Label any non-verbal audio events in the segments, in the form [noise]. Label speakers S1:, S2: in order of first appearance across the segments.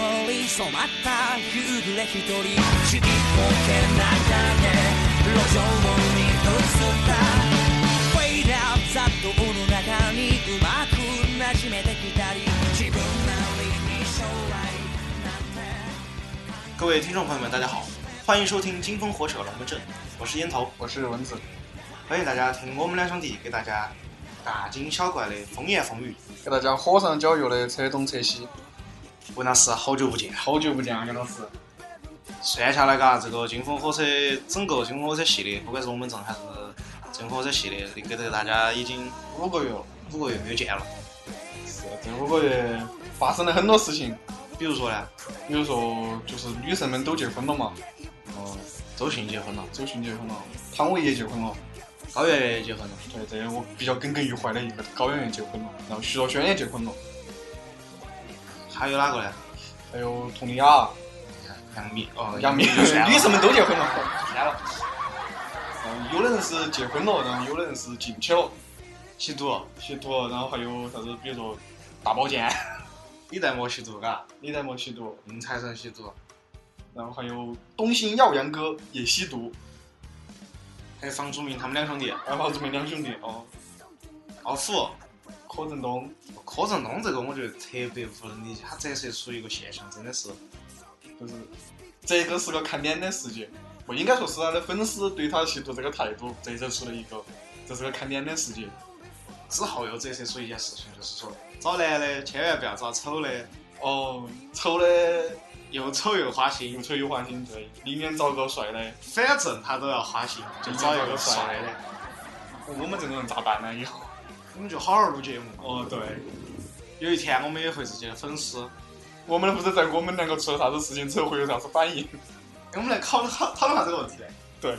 S1: 染まった夕暮れ一人ちびっこけなで路上に映ったフェイダー雑踏の中にうまくなじめてきたり自分なりに将来なんて
S2: 各位听众朋友们，大家好，欢迎收听《金风火扯龙门阵》，我是烟头，
S3: 我是蚊子，
S2: 欢迎大家听我们两兄弟给大家大惊小怪的风言风语。
S3: 给大家火上浇油的扯东扯西，
S2: 文老师，好久不见！
S3: 好久不见啊，杨老师。
S2: 算下来，嘎，这个金风火车整个呃金风火车系列，不管是龙门阵还是金风火车系列，给呃这个大家已经
S3: 五个月了，
S2: 五个月没有见了。
S3: 是啊这五个月发生了很多事情，
S2: 比如说呢，
S3: 比如说就是女神们都结婚了嘛，
S2: 哦，周迅结婚了，
S3: 周迅结婚了，汤唯也结婚了，
S2: 高圆圆结婚了，
S3: 对，这我比较耿耿于怀的一个高圆圆结婚了，然后徐若瑄也结婚了，
S2: 还有哪个呢？呃
S3: 还有佟丽娅、
S2: 杨幂哦，
S3: 杨幂，
S2: 就算了
S3: 女神们都结婚了，算了。然后有的人是结婚了，然后有的人是进去了，
S2: 吸毒哦，
S3: 吸毒了，然后还有啥子，比如说大保 [laughs] 健，
S2: 你在莫吸毒，嘎，
S3: 你在莫吸毒，
S2: 宁财神吸毒，
S3: 然后还有东兴耀阳哥也吸毒，
S2: 还有房祖名他们两兄弟，啊
S3: 然后这边两兄弟哦，
S2: 奥虎。
S3: 柯震东，
S2: 柯震东这个，我觉得特别无能理解，他折射出一个现象，真的是
S3: 就是这个是个看脸的世界，不应该说是他的粉丝对他吸毒这个态度折射出了一个，这是个看脸的世界。
S2: 之后又折射出一件事情，就是说找男的千万不要找丑的，
S3: 哦，丑的
S2: 又丑又花
S3: 又
S2: 心，
S3: 丑又花心，对，宁愿找个帅的。
S2: 反正他都要花心，就找一个帅的。
S3: 我们这种人咋办呢？以后？
S2: 我们就好好录节目。
S3: 哦，对，
S2: 有一天我们也会自己的粉丝，
S3: 我们不知道在我们两个出了啥子事情之后会有啥子反应。
S2: 哎我们来考讨讨论下这个问题来。
S3: 对，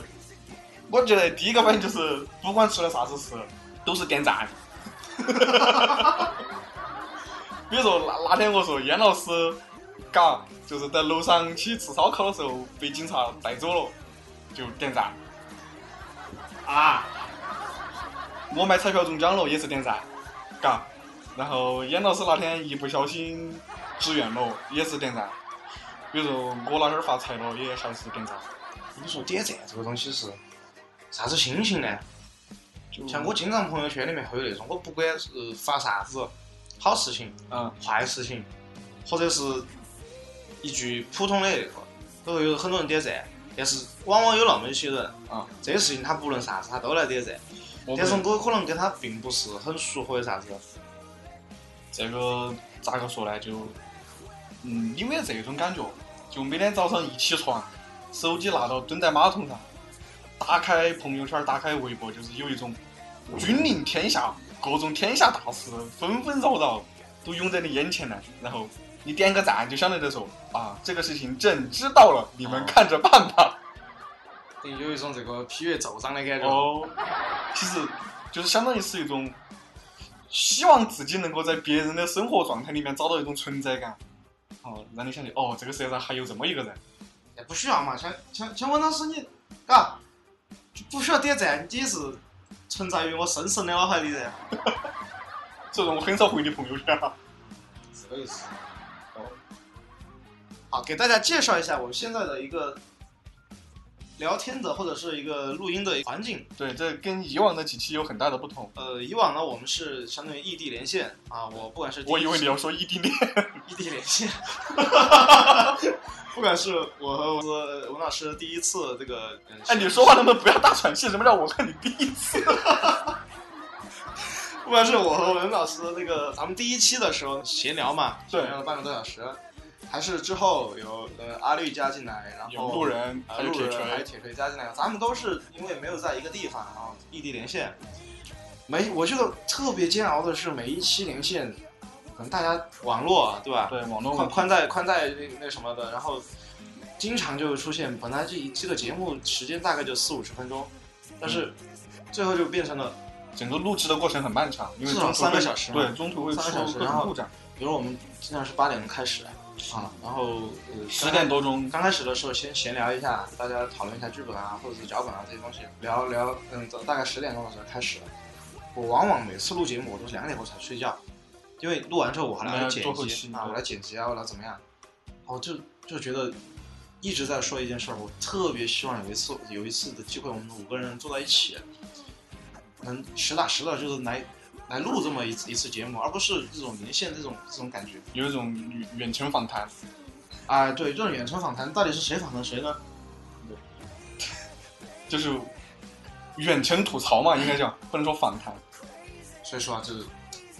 S3: 我觉得第一个反应就是，不管出了啥子事，都是点赞。 [laughs] 比如说那那天我说燕老师，嘎，就是在楼上去吃烧烤的时候被警察带走了，就点赞。
S2: 啊，
S3: 我买彩票中奖了也是点赞，嘎。然后燕老师那天一不小心住院了也是点赞。比如说我那会儿发财了也还是点赞。
S2: 你说点赞这个东西是啥子心情呢？
S3: 就
S2: 像我经常朋友圈里面会有那种，我不管是发啥子好事情，
S3: 嗯
S2: 坏事情，或者是一句普通的那个，都会有很多人点赞。但是往往有那么一些人，
S3: 啊，
S2: 这些事情他不论啥子，他都来点赞。
S3: 我
S2: 但是
S3: 们
S2: 我可能跟他并不是很熟或者啥子，
S3: 这个咋个说呢？就，嗯，因为这种感觉，就每天早上一起床，手机拿到蹲在马桶上，打开朋友圈，打开微博，就是有一种君临天下，各种天下大事纷纷扰扰都涌在你眼前来，然后你点个赞，就相当于在说啊，这个事情朕知道了，你们看着办吧。
S2: 有一种这个批阅奏章的感觉。
S3: 哦，其实就是相当于是一种希望自己能够在别人的生活状态里面找到一种存在感，哦，让你想起哦，这个世界上还有这么一个人，
S2: 也不需要嘛，像像像文老师你，嘎，就不需要点赞，你也是存在于我深深的脑海里的。
S3: 所以说我很少回你朋友圈啊。
S2: 这个意思。好，给大家介绍一下我们现在的一个聊天的或者是一个录音的环境。
S3: 对，这跟以往的几期有很大的不同。
S2: 呃，以往呢，我们是相当于异地连线啊，我不管是
S3: 我以为你要说异地恋，
S2: 异地连线， [laughs] 不管是我和我和文老师第一次这个，嗯
S3: 哎，你说话能不能不要大喘气？什么叫我和你第一次？
S2: 不管是我和文老师那个咱们第一期的时候闲聊嘛，
S3: 对
S2: 聊了半个多小时，还是之后有呃阿绿加进来，然后
S3: 有路人，
S2: 啊
S3: 还有
S2: 路
S3: 铁
S2: 人还有
S3: 锤，
S2: 铁锤加进来，咱们都是因为没有在一个地方，然后异地连线。每我觉得特别煎熬的是每一期连线，可能大家网络啊对吧，
S3: 对，网络
S2: 宽
S3: 问题，
S2: 宽带宽带那那什么的，然后经常就会出现，本来这一这个节目时间大概就四五十分钟，但是最后就变成了，
S3: 整个录制的过程很漫长，因为
S2: 至少
S3: 中途
S2: 三个
S3: 会
S2: 小时嘛
S3: 对，中途会出
S2: 三个小时
S3: 各
S2: 然
S3: 种
S2: 后
S3: 故障，
S2: 比如我们经常是八点开始啊，然后呃
S3: 十点多钟
S2: 刚开始的时候先闲聊一下，大家讨论一下剧本啊，或者是脚本啊这些东西，聊聊，嗯，大概十点钟的时候开始。我往往每次录节目，我都是两点多才睡觉，因为录完之后我还
S3: 嗯
S2: 来剪
S3: 做后
S2: 辑
S3: 期
S2: 啊，
S3: 对
S2: 我来剪辑啊，我来怎么样。哦，就就觉得一直在说一件事儿，我特别希望有一次有一次的机会，我们五个人坐在一起，能实打实的，就是来来录这么一次一次节目，而不是这种连线这种这种感觉。
S3: 有一种远远程访谈，
S2: 哎、对，这种远程访谈到底是谁访谈谁呢？
S3: 就是远程吐槽嘛，应该叫，不能说访谈。
S2: 所以说啊，这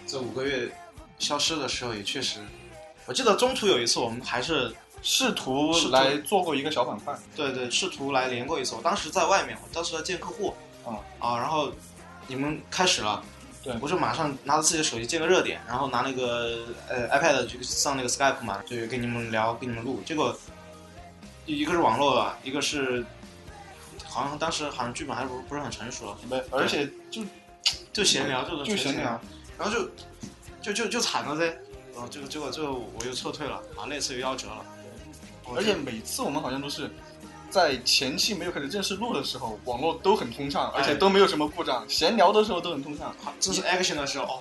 S2: 这五个月消失的时候也确实，我记得中途有一次我们还是
S3: 试图
S2: 试图
S3: 来做过一个小板块，
S2: 对对试图来连过一次，我当时在外面，我当时在见客户，
S3: 嗯
S2: 啊，然后你们开始了。
S3: 对
S2: 我就马上拿着自己的手机建个热点，然后拿那个呃 iPad 就上那个 Skype 嘛，就跟你们聊，跟你们录。结果一个是网络吧，一个是好像当时好像剧本还不不是很成熟，
S3: 没，而且就
S2: 就闲聊，就是
S3: 就闲聊，
S2: 然后就就就就惨了噻，哦然后结果结果最后我又撤退了，啊，那次又夭折了，哦我
S3: 而且每次我们好像都是在前期没有开始正式录的时候，网络都很通畅，而且都没有什么故障，闲聊的时候都很通畅。
S2: 啊这是 action 的时候，哦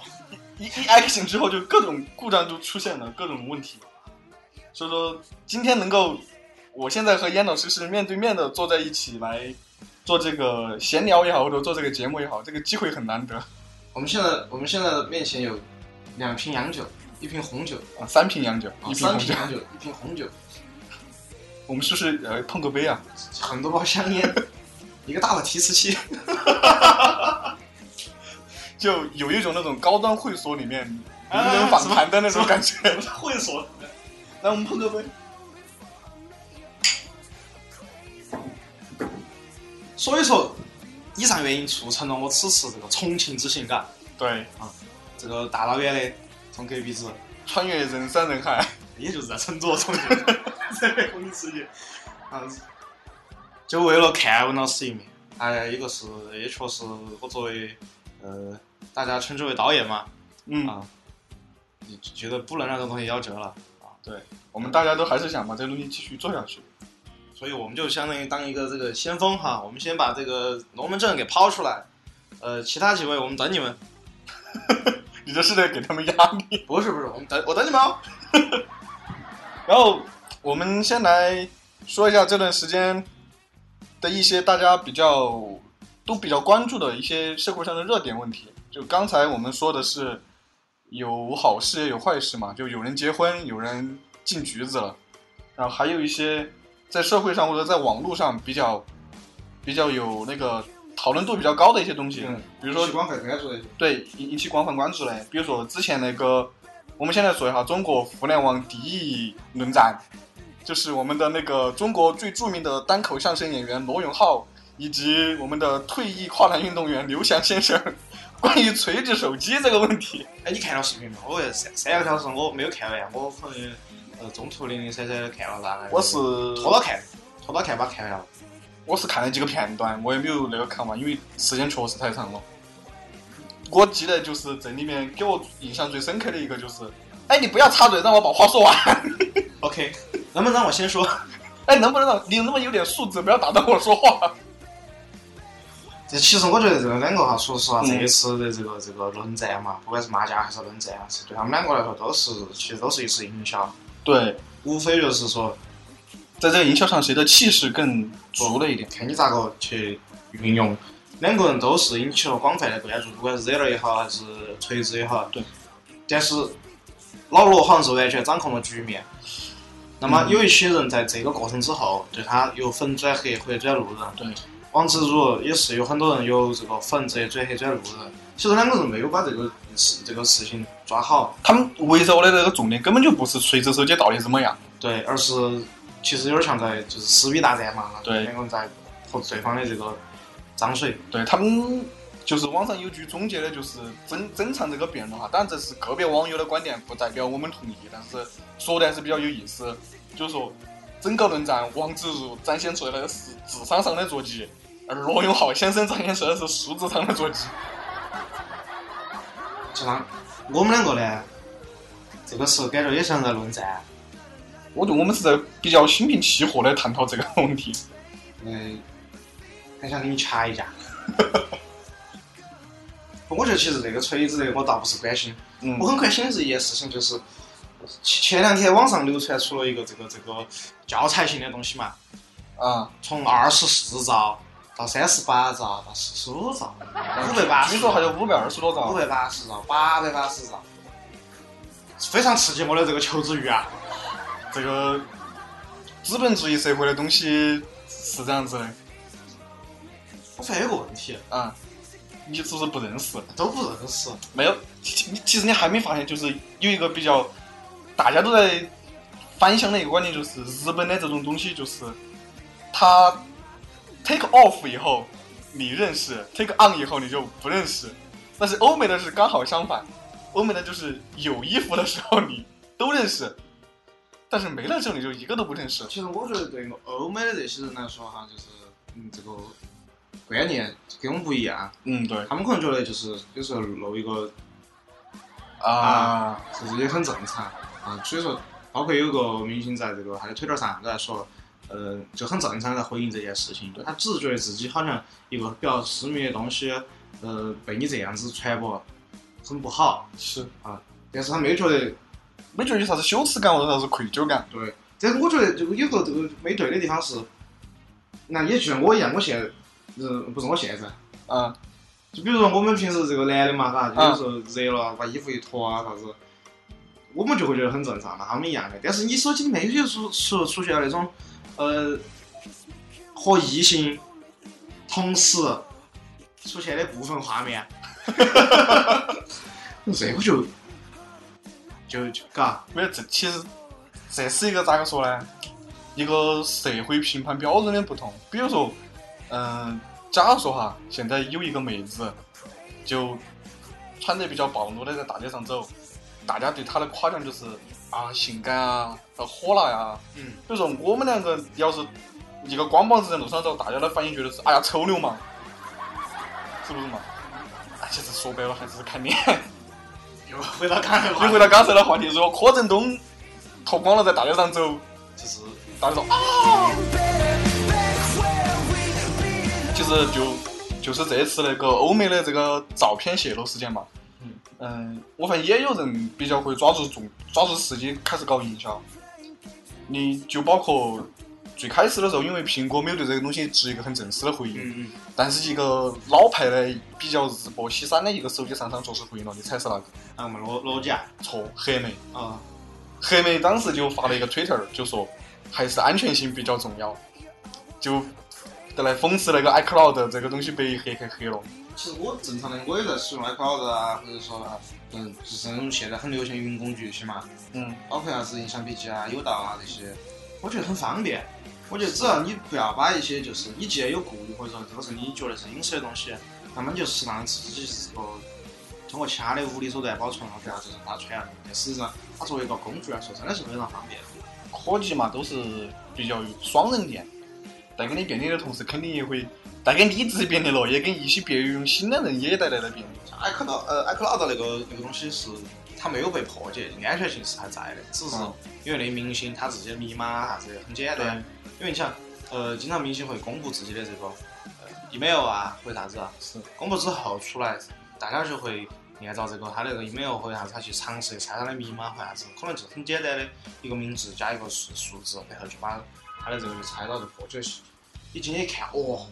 S3: 一一 action 之后，就各种故障就出现了，各种问题。所以说，今天能够，我现在和燕老师是面对面的坐在一起来做这个闲聊也好，或者做这个节目也好，这个机会很难得
S2: 我们现在我们现在面前有两瓶洋酒，一瓶红酒，
S3: 啊！三瓶洋酒，
S2: 啊
S3: 一瓶
S2: 三
S3: 红酒
S2: 瓶，洋酒，一瓶红酒，
S3: 我们是不是呃碰个杯啊？
S2: 很多包香烟，一个大的提词器，
S3: 就有一种那种高端会所里面名人访谈的那种感觉。
S2: [laughs]
S3: [laughs]
S2: 会所。
S3: 来，我们碰个杯。
S2: 所以说，以上原因促成了我此次这个重庆之行，嘎，
S3: 对，
S2: 这个大老远的从隔壁子，
S3: 穿越人山人海，
S2: 也就是在乘坐重庆， [laughs] 在重庆之行，啊，就为了看文老师一面。哎呀，一个是也确实，我作为呃大家称之为导演嘛，
S3: 嗯，
S2: 啊，你觉得不能让这个东西夭折了，
S3: 我们大家都还是想把这个东西继续做下去。
S2: 所以我们就相当于当一个这个先锋哈，我们先把这个龙门阵给抛出来，呃，其他几位我们等你们，
S3: 你这是在给他们压力。
S2: 不是不是，我们等我等你们哦，
S3: 然后我们先来说一下这段时间的一些大家比较都比较关注的一些社会上的热点问题。就刚才我们说的是有好事也有坏事嘛，就有人结婚，有人进局子了，然后还有一些在社会上或者在网络上比较比较有那个讨论度比较高的一些东西，
S2: 嗯
S3: 比如说
S2: 光粉开出来，
S3: 对引引起广泛关注嘞。比如说之前那个，我们现在说一下中国互联网第一论战，就是我们的那个中国最著名的单口相声演员罗永浩，以及我们的退役跨栏运动员刘翔先生，关于垂直手机这个问题。
S2: 哎，你看了视频没？我也三三个小时我没有看完，我可能呃中途零零散散的看了大概，
S3: 我是
S2: 拖到看，拖到看把它看完了。
S3: 我是看了几个片段，我也没有那个看完，因为时间确实太长了。我记得就是这里面给我印象最深刻的一个就是，哎，你不要插嘴，让我把话说完。
S2: OK，能不能让我先说？ [laughs]
S3: [laughs] 哎，能不能让你能不能有点素质，不要打断我说话？
S2: 这其实我觉得这两个哈，说实话，
S3: 嗯
S2: 这一次的这个这个论战嘛，不管是麻将还是论战，是对他们两个来说都是其实都是一次营销，
S3: [laughs] 对，
S2: 无非就是说
S3: 在这个营销上，谁的气势更足了一点？
S2: 看你咋个去运用。两个人都是引起了广泛的关注，不管是热了也好，还是垂直也好。
S3: 对。
S2: 但是老罗好像是完全掌控了局面。那么
S3: 嗯
S2: 有一些人在这个过程之后，对他由粉转黑或者转路人。
S3: 对。
S2: 王自如也是有很多人由这个粉直接转黑转路人。其实两个人没有把这个事这个事情抓好，
S3: 他们围绕的那个重点根本就不是垂直手机到底怎么样，
S2: 对，而是其实有点像在就是撕逼大战嘛。
S3: 对
S2: 两个人在和对方的这个脏水。
S3: 对他们就是网上有句总结的，就是争争产这个辩论哈，当然这是个别网友的观点，不代表我们同意，但是说的还是比较有意思，就是说整个论战，王自如展现出来的是智商上的捉急，而罗永浩先生展现出来的是数字上的捉急。
S2: 就让我们两个呢，这个时候感觉也像在论战，
S3: 我觉得我们是在比较心平气和的探讨这个问题。
S2: 嗯，很想给你掐一下。 [laughs] 我觉得其实这个锤子我倒不是关心，
S3: 嗯
S2: 我很关心的是一件事情，就是前前两天网上流传出了一个这个这个教材性的东西嘛，
S3: 啊，
S2: 从二十四兆到三十八兆到四十五兆，五百八十，
S3: 据说还有五百二十多
S2: 五
S3: 兆，
S2: 百八十兆，八百八十兆，非常刺激我的这个求知欲啊！
S3: 这个资本主义社会的东西是这样子的，
S2: 我发现有个问题，
S3: 啊，你是不是不认识？
S2: 都不认识，
S3: 没有，其你其实你还没发现，就是有一个比较大家都在反向的一个观点，就是日本的这种东西，就是它 take off 以后你认识，take on 以后你就不认识。但是欧美的是刚好相反，欧美的就是有衣服的时候你都认识，但是没了之后你就一个都不认识。
S2: 其实我觉得对欧美的这些人来说哈，就是嗯，这个观念跟我们不一样，
S3: 嗯，对
S2: 他们可能觉得就是有时候露一个
S3: 啊，
S2: 其实也很正常啊。所以说，包括有个明星在这个他的推特上都在说，呃，就很正常地在回应这件事情。他只是觉得自己好像一个比较私密的东西，呃，被你这样子传播，很不好。
S3: 是
S2: 但是他没觉得
S3: 没觉得有啥子羞耻感或者啥子愧疚感。
S2: 对，但是我觉得这个有个这个没对的地方是，那也就像我一样，我现在，呃，不是我现在，
S3: 啊，
S2: 就比如说我们平时这个男的嘛，嘎，就有时候热了，把衣服一脱啊，啥子，我们就会觉得很正常嘛，他们一样的。但是你手机里面有些出出出现了那种，呃，和异性同时出现的部分画面， [laughs] 这个就就就嘎，
S3: 没有，这其实这是一个咋个说呢？一个社会评判标准的不同。比如说，嗯、假如说哈，现在有一个妹子，就穿得比较暴露的在大街上走，大家对她的夸奖就是啊性感啊，啊火辣呀、
S2: 嗯，
S3: 比如说我们两个要是一个光膀子在路上走，大家的反应觉得是哎呀丑流氓，是不是嘛？哎，其实说白了还是看脸。
S2: 又回到刚才
S3: 又回到刚才的话题，如果柯震东脱光了在大街上走，
S2: 就是
S3: 大家说啊，其实就就是这次那个欧美的这个照片泄露事件嘛，
S2: 嗯
S3: 嗯，我发现也有人比较会抓住重抓住时机开始搞营销，你就包括最开始的时候，因为苹果没有对这个东西做一个很正式的回应，
S2: 嗯
S3: 但是一个老牌的比较日薄西山的一个手机厂商做出回应了，你猜是哪个？
S2: 嗯，啊，我们罗罗辑啊，
S3: 错，黑莓。
S2: 啊，
S3: 黑莓当时就发了一个推特，就说还是安全性比较重要，就来讽刺那个 iCloud 这个东西被黑黑黑了。
S2: 其实我正常的我也在使用 iCloud 啊，或者说啊，嗯，就是那种现在很流行云工具些嘛，
S3: 嗯，
S2: 包括啥子印象笔记啊、有道啊这些，我觉得很方便。我觉得只要你不要把一些就是你既然有顾虑或者说这个是你觉得是隐私的东西，那么你就适当地自己是个通过其他的物理手段保存了，不要就是把它传了。但实际上，它作为一个工具来啊说，真的是非常方便。
S3: 科技嘛都是比较双刃剑，带给你便利的同时，肯定也会带给你自己便利了，也给一些别有用心的人也带来了便利。
S2: 像 iCloud 呃 iCloud 那个那个东西是它没有被破解，安全性是还在的，只是
S3: 嗯
S2: 因为那明星他自己的密码啥子很简单。，因为你想，呃，经常明星会公布自己的这个呃 email 啊，或者啥子啊，
S3: 是
S2: 公布之后出来，大家就会按照这个他的这个 email 或者啥子，他去尝试猜他的密码或者啥子，可能就是很简单的一个名字加一个数数字，然后就把他的这个就猜到就破解起。一进去一看，哦，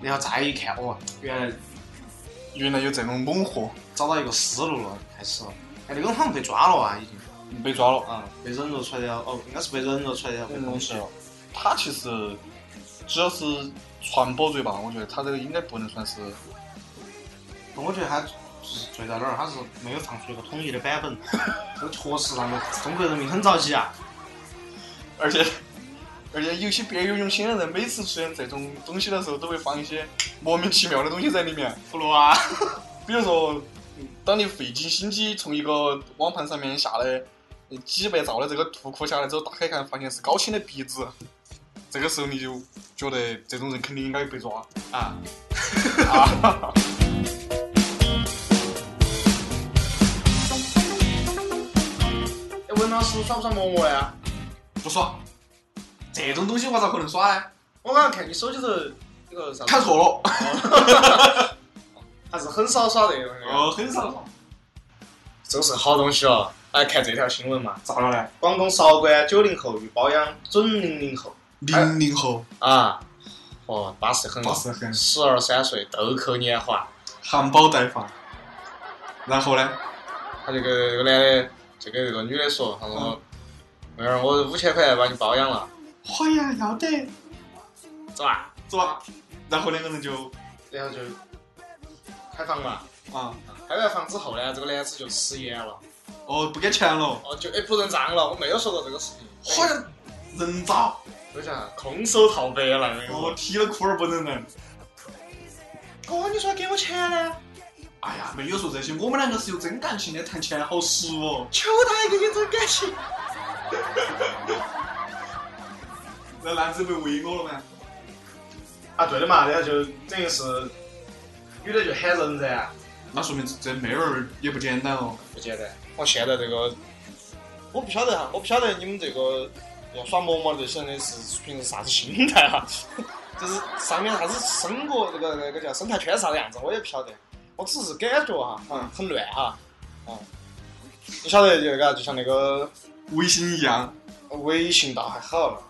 S2: 然后再一看，哦，原来
S3: 原来有这种猛货
S2: 找到一个思路了，开始了。哎，那个他们被抓了啊，已经，
S3: 被抓了。
S2: 啊、被人肉出来了，哦，应该是被人肉出来了，被
S3: 东
S2: 攻
S3: 西
S2: 击了。，
S3: 它其实只要是传播罪吧，我觉得它这个应该不能算是
S2: 我觉得他就是罪在哪儿，他是没有放出一个统一的版本， [laughs] 这个确实让中国人民很着急啊。
S3: 而且而且有些别有用心的人，每次出现这种东西的时候，都会放一些莫名其妙的东西在里面。
S2: 葫芦娃，
S3: 比如说，嗯当你费尽心机从一个网盘上面下来呃几百兆的这个图库下来之后，打开看，发现是高清的壁纸，这个时候你就觉得这种人肯定应该被抓
S2: 啊！
S3: 啊！
S2: 哎，文老师耍不耍陌陌呀？
S3: 不耍，
S2: 这种东西我咋可能耍呢？我刚刚看你手机头那个啥
S3: 看错了。
S2: 还是很少耍这个东西
S3: 哎哦，很少耍。
S2: 这个是好东西哦。来看这条新闻嘛，
S3: 咋了嘞？
S2: 广东韶关九零后欲包养准零零后
S3: 零零后，
S2: 啊，哦，巴适很
S3: 巴，适很，
S2: 十二三岁豆蔻年华，
S3: 含苞待放。然后呢？
S2: 他这个这个男的就跟这个女的说，他说，妹儿，我五千块把你包养了，
S3: 好哎呀，要得，
S2: 走吧，
S3: 走吧。然后两个人就
S2: 然后就开房嘛，
S3: 啊，
S2: 开完房之后呢，这个男子就食言了，
S3: 哦，不给钱了，
S2: 哦，就哎不认账了，我没有说到这个事情，
S3: 好呀，人渣，
S2: 我想空手套白狼，
S3: 我踢了裤儿不认人。
S2: 哦哥，你说给我钱呢？
S3: 哎呀，没有说这些，我们两个是有真感情的，谈钱好熟哦。
S2: 求他一个有真感情。
S3: 那男子被围我了吗？
S2: 啊，对的嘛，然后就等于是女的就喊人噻，
S3: 那说明这妹儿也不简单哦。
S2: 不简单。我现在这个，我不晓得啊哈，我不晓得你们这个要耍馍馍这些人的是平时啥子心态哈、 [laughs] 就是上面啥子生活这个那个叫生态圈啥子样子，我也不晓得，我只是感觉哈，
S3: 嗯
S2: 很乱哈，嗯，你晓得就那个，就像那个
S3: 微信一样。
S2: 微信倒还好，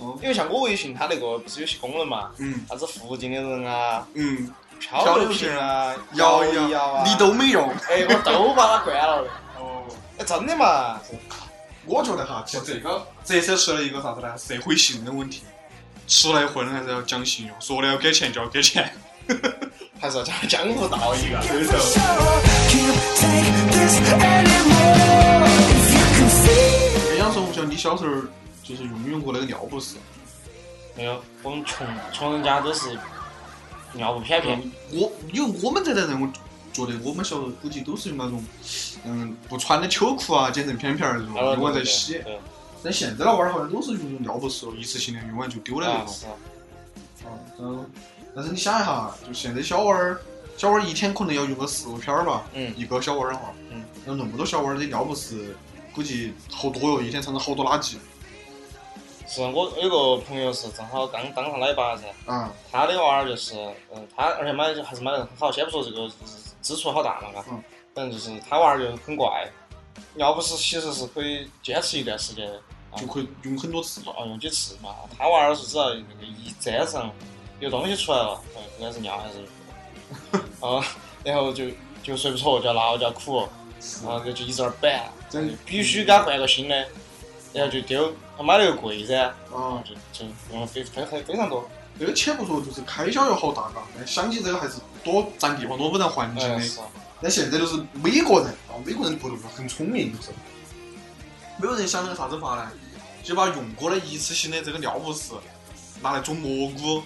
S3: 哦，
S2: 因为像我微信它那个不是有些功能嘛，
S3: 嗯
S2: 啥子附近的人啊，
S3: 嗯，
S2: 漂流瓶啊，
S3: 摇
S2: 一
S3: 一
S2: 摇啊，
S3: 你都没用。
S2: 哎，我都把它关了的。
S3: 哦，
S2: 哎，真的嘛？
S3: 我觉得哈，其实这个这涉及了一个啥子呢？社会性的问题。吃来混还是要讲信用，说了要给钱就要给
S2: [laughs]
S3: 钱。
S2: 还是要讲江湖道义啊。
S3: 对头。你想说，我想你小时候就是用没用过那个尿不湿？
S2: 没有，我们穷穷人家都是尿不偏偏。
S3: 嗯我因为我们这代人，我觉得我们小时候估计都是用那种，嗯，不穿的秋裤啊，剪成片片儿，
S2: 然后
S3: 用完再洗。
S2: 对
S3: 但现在的娃儿好像都是用尿不湿哦，一次性的用完就丢的那
S2: 啊
S3: 种。
S2: 是啊，
S3: 嗯，嗯但是你想一下，就现在小娃儿，小娃儿一天可能要用个四五片儿吧，
S2: 嗯
S3: 一个小娃儿的话，
S2: 嗯，
S3: 那那么多小娃儿的尿不湿，估计好多哟，一天产生好多垃圾
S2: 是我有个朋友是正好刚当上奶爸噻，
S3: 啊，
S2: 他的娃儿就是，嗯，他而且买还是买的很好，先不说这个支出好大嘛，嘎
S3: 嗯，
S2: 反正就是他娃儿就很怪，尿不湿其实是可以坚持一段时间的，
S3: 就可以用很多次
S2: 哦用几次嘛，他娃儿是只要那个一沾上有东西出来了，嗯，不管是尿还是， [laughs] 啊，然后就就睡不着，就要闹，就要哭，哦然后就就一直在那儿板，
S3: 真
S2: 必须给他换个新的，然后就丢，他买了个贵噻，然后
S3: 啊。
S2: 就就用了非非非非常多，
S3: 这个且不说，就是开销有好大嘎，但想起这个还是多占地方，多污染环境
S2: 嗯
S3: 的。
S2: 是啊，
S3: 但现哎在就是美国人啊，美国人不很聪明，就是美国人想了个啥子法呢？就把用过的一次性的这个尿不湿拿来煮蘑菇，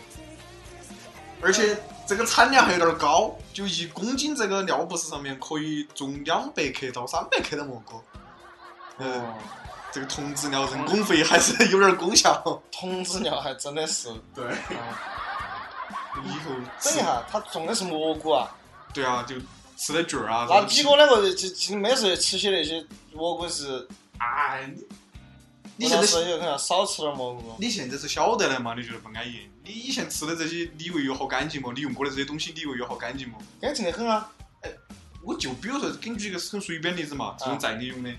S3: 而且这个产量还有点高，就一公斤这个尿不湿上面可以种两百克到三百克的蘑菇。嗯，
S2: 哦，
S3: 这个童子尿人工费还是有点功效。
S2: 童子尿还真的是，
S3: 对， [laughs]
S2: 啊
S3: 以后
S2: 等一
S3: 吃
S2: 下，他种的是蘑菇啊，
S3: 对啊，就吃的菌儿啊。
S2: 那比我那个就就每次吃起那些蘑菇是，
S3: 哎，你你
S2: 我
S3: 现
S2: 当
S3: 在
S2: 时有可能要少吃点蘑菇。哦
S3: 你现在是晓得了嘛？你觉得不安逸？你以前吃的这些，你以为有好干净吗？你用过的这些东西，你以为有好干净吗？
S2: 干净得很啊！
S3: 我就比如说，给你举一个很随便的例子嘛，这种在你用的，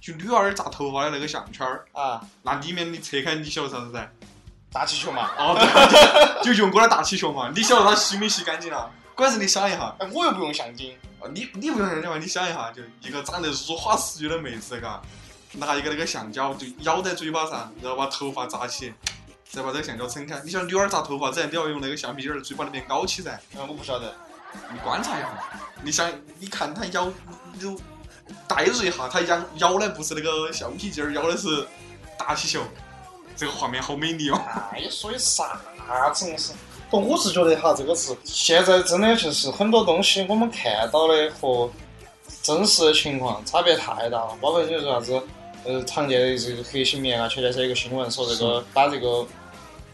S3: 就女娃儿扎头发的那个项圈儿，
S2: 啊，
S3: 那里面你拆开，你晓得啥子噻？
S2: 大气球嘛，
S3: 哦，
S2: [laughs]
S3: 对，就用过的大气球嘛，你晓得它洗没洗干净啊？关键是你想一下，
S2: 哎，我又不用橡筋，
S3: 啊你你不用想的话，你想一下，就一个长得如花似玉的妹子，嘎，拿一个那个橡胶就咬在嘴巴上，然后把头发扎起，再把这个橡胶撑开。你想女娃儿扎头发，噻，你要用那个橡皮筋儿嘴把那边搞起噻。
S2: 哎我不晓得。
S3: 你观察一下，你想，你看它咬，你就代入一下，它咬咬的不是那个橡皮筋儿，咬的是大气球。这个画面好美丽哦！
S2: 哎呀，所以啥子硬是？不，我是觉得哈，这个是现在真的就是很多东西我们看到的和真实的情况差别太大了，包括就是啥子，呃，常见的这个黑心棉啊，前段时间有个新闻说这个把这个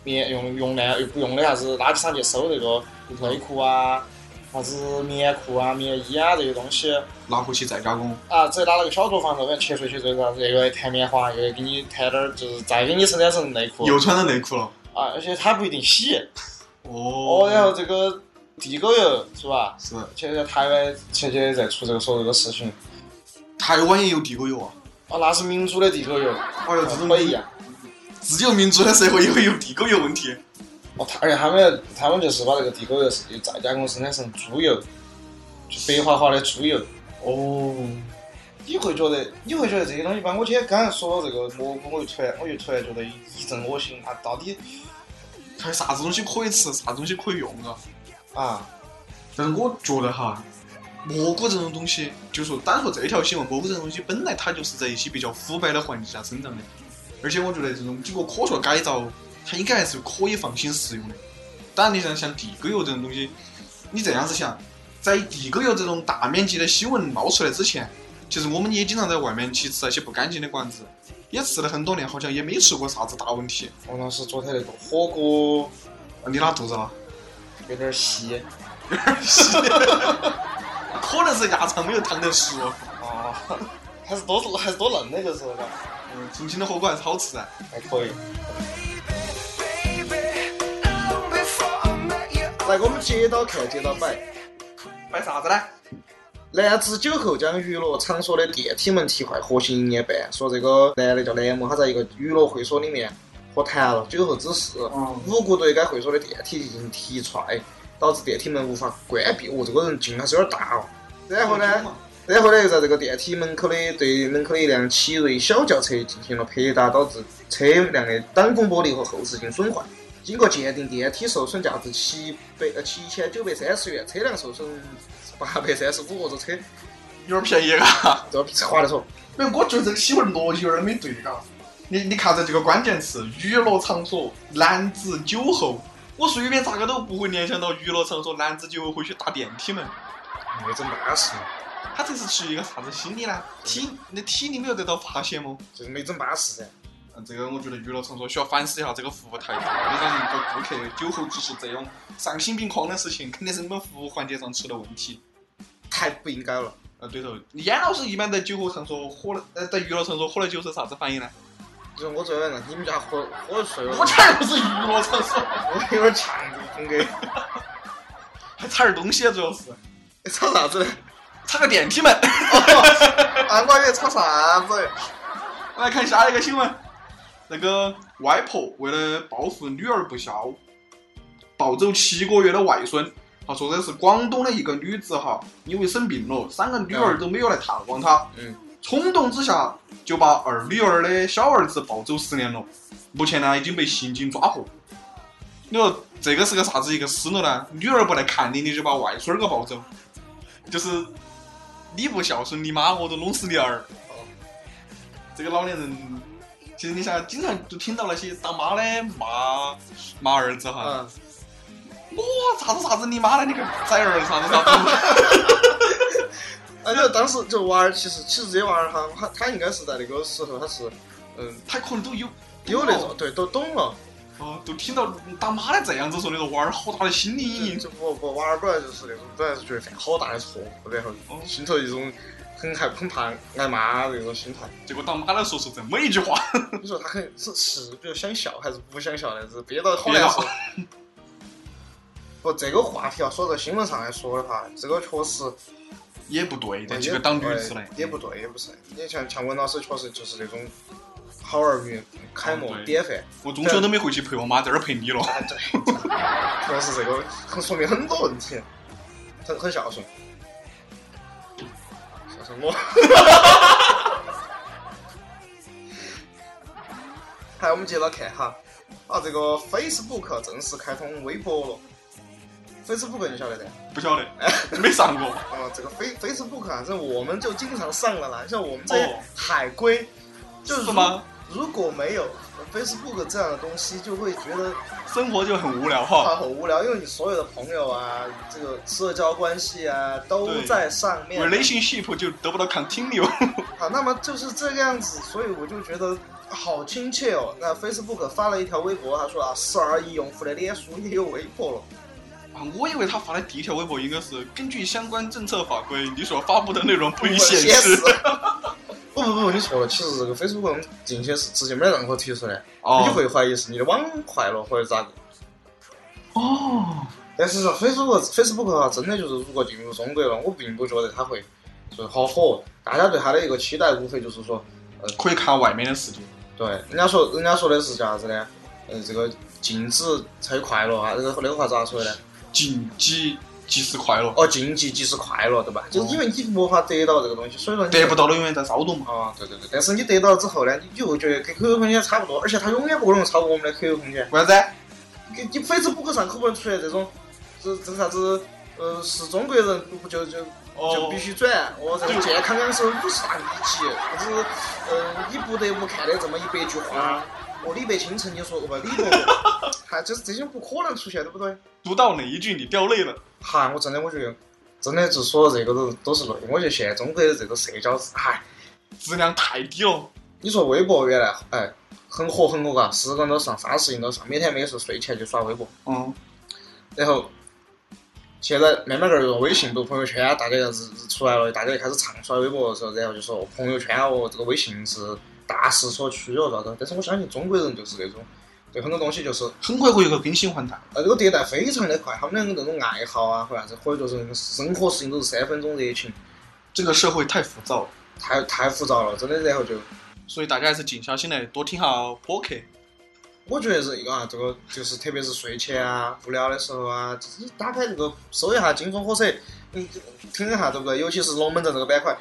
S2: 棉用用烂不用的啥子垃圾场去收这个内裤啊、啥子棉裤啊、棉衣啊这些东西，
S3: 拿回去再加工，
S2: 啊，直接拿那个小作坊那边切碎切碎，啥子又来弹棉花，又来给你弹点儿，就是再给你生产成内裤
S3: 又穿上内裤了。
S2: 啊，而且它不一定洗。
S3: 哦
S2: 哦，然后这个地沟油是吧？
S3: 是
S2: 现在台湾前些在出这个说这个事情，
S3: 台湾也有地沟油啊！
S2: 啊，那是民主的地沟油，
S4: 哎呦，这种
S2: 不一样。
S4: 只有民主的社会也会有地沟油问题。
S2: 哦，他而且他们他们就是把那个地沟油是再加工生产成猪油，就白花花的猪油。
S4: 哦，
S2: 你会觉得你会觉得这些东西吧？我今天刚才说到这个蘑菇，我就突然我就突然觉得一阵恶心啊！到底
S4: 还有啥子东西可以吃，啥子东西可以用啊？
S2: 啊，
S4: 但是我觉得哈，蘑菇这种东西，就说单说这条新闻，蘑菇这种东西本来它就是在一些比较腐败的环境下生长的，而且我觉得这种经过科学改造，它应该还是可以放心食用的。当然，你像像地沟油这种东西，你这样子想，在地沟油这种大面积的新闻冒出来之前，其实我们也经常在外面去吃那些不干净的馆子，也吃了很多年，好像也没出过啥子大问题。
S2: 我当时昨天那个火锅
S4: 啊你拉肚子了？
S2: 有点稀
S4: 可能是鸭肠没有烫得熟。
S3: 哦
S2: 啊，还是多还是多嫩的，就是那个
S4: 嗯，重庆的火锅还是好吃噻、
S2: 还可以。
S1: Baby,
S2: 来，我们接到看，接到摆。
S4: 摆啥子呢？
S2: 男子酒后将娱乐场所的电梯门踢坏，核刑一年半。说这个男的叫梁某，他在一个娱乐会所里面喝谈了酒后滋事，
S3: 嗯
S2: 无故对该会所的电梯进行踢踹，导致电梯门无法关闭。哦，这个人劲还是有点大哦。然后呢？然后呢，又在这个电梯门口的对门口的一辆奇瑞小轿车进行了拍打，导致车辆的挡风玻璃和后视镜损坏。经过鉴定，电梯受损价值七百呃七千九百三十元，车辆受损八百三十五，这车
S3: 有点便宜啊。
S2: 这比划得着。
S3: 没有，我觉得这个新闻逻辑有点没对嘎。你你看着这个关键词“娱乐场所”“男子酒后”，我随便咋个都不会联想到娱乐场所男子酒后会去打电梯门。
S2: 没整办事，
S3: 他这是出于一个啥子心理呢？体那体力没有得到发泄吗？
S2: 就是没整办事噻。
S3: 嗯，这个我觉得娱乐场所需要反思一下这个服务态度，你让一个顾客酒后只是这种丧心病狂的事情，肯定是你们服务环节上出了问题。
S2: 太不应该了。
S3: 呃，对头，严老师一般在酒后场所喝了，呃，在娱乐场所喝了酒是啥子反应呢？
S2: 就是我昨天让你们家喝喝睡了，
S3: 我差点就是娱乐场所，
S2: 我有点强度风 [laughs] 格。
S3: [laughs] 还差点东西啊，主要是。
S2: 吵啥子呢？
S3: 插个电梯门。 [laughs]
S2: 啊，我还以为吵啥子呢？
S3: 来看下一个新闻，那个外婆为了报复女儿不孝，暴走七个月的外孙。他说的是广东的一个女子哈，因为生病了，三个女儿都没有来探望她，
S2: 嗯，
S3: 冲动之下就把二女儿的小儿子抱走十年了，目前呢已经被刑警抓获。你说这个是个啥子一个思路呢？女儿不来看你，你就把外孙儿给抱走，就是你不孝顺你妈，我都弄死你儿。这个老年人，其实你想，经常就听到那些当妈的骂骂儿子哈，
S2: 嗯。
S3: 我啥子啥子你妈了，你个崽儿啥子啥子， [laughs]
S2: 而且当时这娃儿，其实其实这娃儿哈，他他应该是在那个时候，他是嗯
S3: 他可能都有
S2: 有那种对都懂了，
S3: 哦，都听到当妈的这样子说，那个娃儿好大的心理阴
S2: 就
S3: 影。
S2: 就不不娃儿本来就是那种本来是觉得犯好大的错，误，然后
S3: 哦
S2: 心头一种很害很怕挨骂的那种心态。
S3: 结果当妈的说出这么一 [laughs] 句话，
S2: 你说他很是是，比如想笑还是不想笑呢？是憋到好
S3: 憋
S2: 难
S3: 到
S2: 受。不，这个话题要说到新闻上来说的话，这个确实
S3: 也不对的，
S2: 也
S3: 这个当女
S2: 对
S3: 子的，
S2: 也不对，也不是。你像像文老师确实就是那种好儿女楷模
S3: 嗯对
S2: 典范。
S3: 我中学都没回去陪我妈，在这儿陪你了。
S2: 哎，对，主要是这个很说明很多问题，很很孝顺，孝顺我。 [laughs] 好，我们接着看哈，啊，这个 Facebook 正式开通微博了。Facebook 你晓得的，
S3: 不晓得， [laughs] 没上过。
S2: 哦，这个 Face Facebook 啊，这我们就经常上了啦，像我们这些
S3: 哦
S2: 海归，就是如
S3: 吗？
S2: 如果没有呃 Facebook 这样的东西，就会觉得
S3: 生活就很无聊哈。
S2: 它很无聊，因为你所有的朋友啊，这个社交关系啊，都
S3: 对
S2: 在上面。
S3: relationship 就得不到 continue。 [laughs]
S2: 啊，那么就是这个样子，所以我就觉得好亲切哦。那 Facebook 发了一条微博，他说啊，四二一用户的脸书也有微博
S3: [laughs]
S2: 了。
S3: 啊，我以为他发的第一条微博应该是根据相关政策法规，你所发布的内容不予显示。。
S2: [laughs] 不不不，你错了。其实这个 Facebook 我们进去是直接没得任何提示的，
S3: 哦
S2: 你就会怀疑是你的网坏了或者咋个。
S3: 哦，
S2: 但是说 Facebook Facebook 啊，真的就是如果进入中国了，我并不觉得它会就是好火。大家对它的一个期待，无非就是说
S3: 可以看外面的世界。
S2: 对，人家说人家说的是叫啥子呢？呃，这个静止才有快乐啊，这个那个话咋说的呢？
S3: 禁忌即是快乐，
S2: 哦，竞技即是快乐，对吧？就是因为你无法得到这个东西，所以说你
S3: 得不到的永远在骚动嘛。
S2: 啊，对对对。但是你得到了之后呢，你就会觉得跟 QQ 空间差不多，而且它永远不可能超过我们的 QQ 空间。
S3: 为啥子？
S2: 你你 Facebook 上可不能出现这种，这这啥子？呃，是中国人不就就
S3: 哦
S2: 就必须转，我这个健康养生五十大秘籍，啥子？呃，你不得不看的这么一百句话。哦，李白清曾经说过吧，李 [laughs] 白，还就是这些不可能出现，对不对？
S3: 读到哪一句你掉泪了？
S2: 哈，我真的我觉得，真的就说到这个都都是累。我觉得现在中国的这个社交，哎，
S3: 质量太低了。
S2: 你说微博原来哎很火很火嘎，十个人都上，三十人都上，每天没事睡前就刷微博，
S3: 嗯，
S2: 然后。现在慢慢儿用微信、读朋友圈啊，大家要是出来了，大家就开始畅刷微博的时候，然后就说哦朋友圈哦，这个微信是大势所趋哦，啥子？但是我相信中国人就是那种对很多东西就是
S3: 很快会有个更新换代。
S2: 呃，这个迭代非常的快，他们两个那种爱好啊，或者啥子，或者就是生活事情都是三分钟热情，
S3: 这个社会太浮躁了，
S2: 太太浮躁了，真的。然后就，
S3: 所以大家还是静下心来多听下播客。
S2: 我觉得是一个啊，这个就是特别是睡前啊、无聊的时候啊，你打开这个搜一下《金风火车》，你听一下，对不对？尤其是龙门阵这个板块，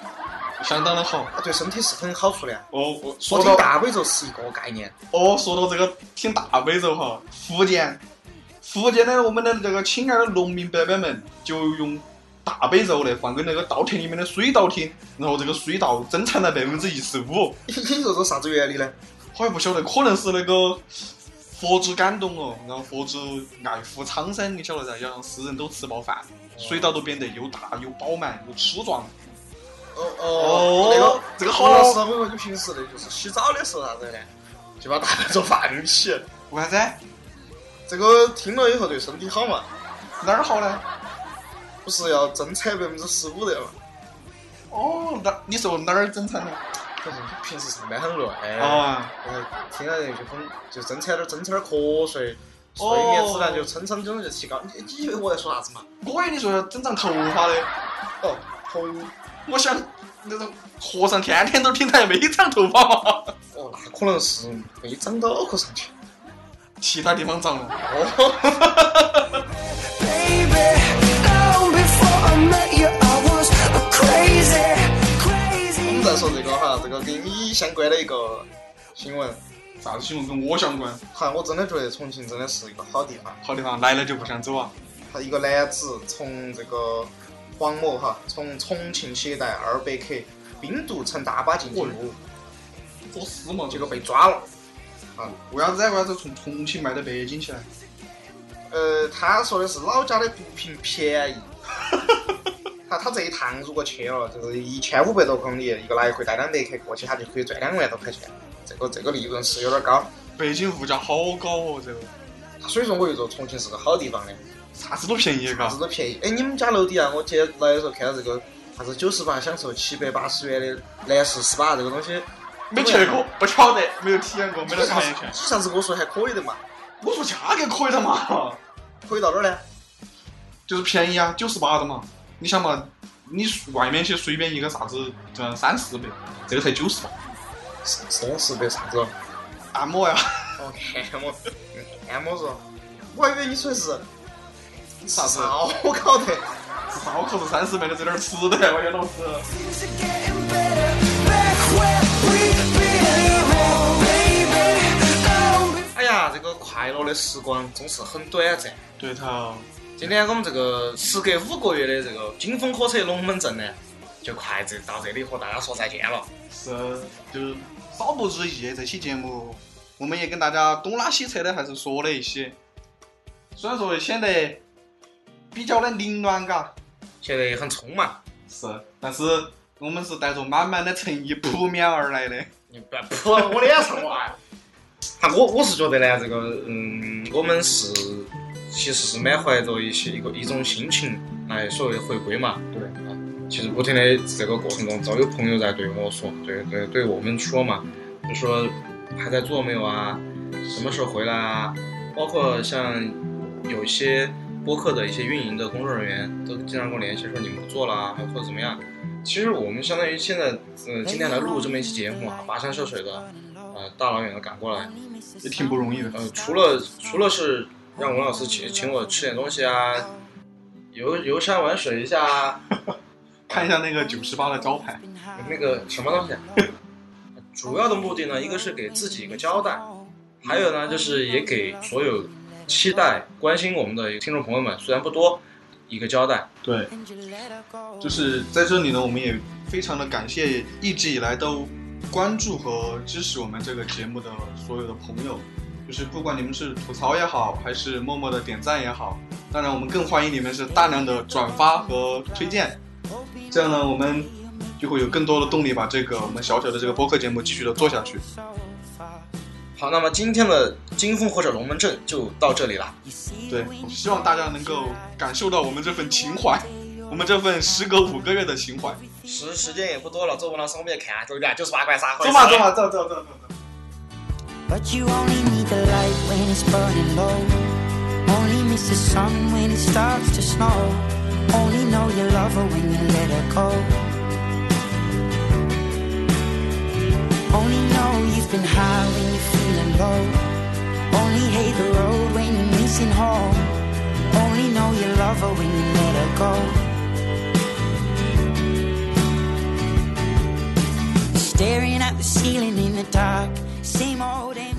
S3: 相当的好。
S2: 啊对身体是很好处的啊。
S3: 哦，我
S2: 我
S3: 说
S2: 听
S3: 到
S2: 大悲咒是一个概念，
S3: 哦，说到这个听大悲咒哈，福建，福建的我们的这个亲爱的农民伯伯们就用大悲咒来放给那个稻田里面的水稻听，然后这个水稻增产了百分之一十五，
S2: 你说这啥子原理呢？
S3: 好像不晓得，可能是那个佛祖感动了，然后佛祖爱护苍生，你晓得噻，要让世人都吃饱饭，水稻都变得又大又饱满又粗壮。
S2: 哦
S3: 哦
S2: 哦，那个
S3: 这个好
S2: 老师，我跟你说，你平时的就是洗澡的时候啥子呢，就把大悲咒放起，
S3: 为啥子？
S2: 这个听了以后对身体好嘛。
S3: 哪儿好呢？
S2: 不是要增产百分之十五的嘛？
S3: 哦，哪？你说哪儿增产呢？
S2: 可是平时上班很累，然
S3: 啊，
S2: 后听到人就很就增产点增产点瞌睡，
S3: 哦
S2: 睡眠质量就蹭蹭蹭就提高。你你以为我在说啥子嘛？
S3: 我以为你说要增长头发的。
S2: 哦，头
S3: 我想那种和尚天天都听他也没长头发嘛，
S2: 哦，那可能是没长脑壳上去。
S3: [laughs] 其他地方长了。
S2: 哦，
S1: Baby, long before I met you, I was a crazy,
S2: 我
S1: crazy.
S2: 们再说这个哈，这个跟你相关的一个新闻。
S3: 啥子新闻跟我相关？
S2: 哈，我真的觉得重庆真的是一个好地方。
S3: 好地方来了就不想走啊！
S2: 他一个男子从这个黄某哈，从重庆携带二百克冰毒乘大巴进京入伍，
S3: 作死嘛！
S2: 结果被抓了。啊
S3: 为啥子？为啥子从重庆卖到北京去呢？
S2: 呃，他说的是老家的毒品便宜。他他这一趟如果去了，就是一千五百多公里，一个来回带两百克过去，他就可以赚两万多块钱。这个这个利润是有点高，
S3: 北京物价好高哦，这个
S2: 所以说我就说重庆是个好地方的，
S3: 啥子都便宜，啊
S2: 啥
S3: 嘎
S2: 子。都便宜。哎，你们家楼底下我今天来的时候看到这个啥子九十八享受七百八十元的男士 SPA 这个东西，
S3: 没去过，不晓得，没有体验过，没得
S2: 上
S3: 看
S2: 次
S3: 一看。
S2: 上次跟我说还可以的嘛，
S3: 我说价格可以的嘛，
S2: 可以到哪儿呢？
S3: 就是便宜啊，九十八的嘛。你想嘛，你外面去随便一个啥子，嗯，三四百，这个才九十八。
S2: 三十百啥子？
S3: 按摩呀， [laughs]
S2: 哦，按摩，按摩说，我还以为你说的是
S3: 啥子？
S2: 烧烤的，
S3: 烧烤是三十卖的，这点儿吃的，我觉得老师。
S1: Things are getting better back where we belong, baby. Long before
S2: 哎呀，这个快乐的时光总是很短暂。
S3: 对头，
S2: 今天我们这个时隔五个月的这个金风火车龙门阵呢，就快这到这里和大家说再见了。
S3: 是就是稍不注意这期节目，我们也跟大家东拉西扯的还是说了一些，虽然说显得比较的凌乱嘎，
S2: 现在也很匆忙，
S3: 是，但是我们是带着满满的诚意扑面而来的。
S2: 你不要扑到我脸上哇！啊，我我是觉得呢，这个嗯，我们是其实是满怀着一些一个一种心情来所谓的回归嘛。啊
S3: 对，
S2: 其实不停的这个过程中，总有朋友在对我说，对对对我们说嘛，就说还在做没有啊，什么时候回来啊？包括像有一些播客的一些运营的工作人员都经常跟我联系，说你们不做了啊，或者怎么样。其实我们相当于现在，呃，今天来录这么一期节目啊，跋山涉水的，呃，大老远的赶过来，
S3: 也挺不容易的。
S2: 呃，除了除了是让文老师请请我吃点东西啊，游游山玩水一下啊，
S3: 看一下那个九十八的招牌，
S2: 那个什么东
S3: [laughs]
S2: 西啊、主要的目的呢，一个是给自己一个交代，还有呢就是也给所有期待关心我们的听众朋友们，虽然不多，一个交代。
S3: 对，就是在这里呢，我们也非常的感谢一直以来都关注和支持我们这个节目的所有的朋友，就是不管你们是吐槽也好，还是默默的点赞也好，当然我们更欢迎你们是大量的转发和推荐，这样呢，我们就会有更多的动力把这个我们小小的这个播客节目继续的做下去。
S2: 好，那么今天的金凤或者龙门阵就到这里了。
S3: 对，我希望大家能够感受到我们这份情怀，我们这份时隔五个月的情怀。
S2: 时时间也不多了，做不了上面看，对不对？就是八块三。
S3: 走吧，走吧，走走走走走。
S1: But you only need the light when it's burning low. Only miss the sun when it starts to snow. Only know you love her when you let her go. Only know you've been high when you're feeling low. Only hate the road when you're missing home. Only know you love her when you let her go. Staring at the ceiling in the dark. Same old empty.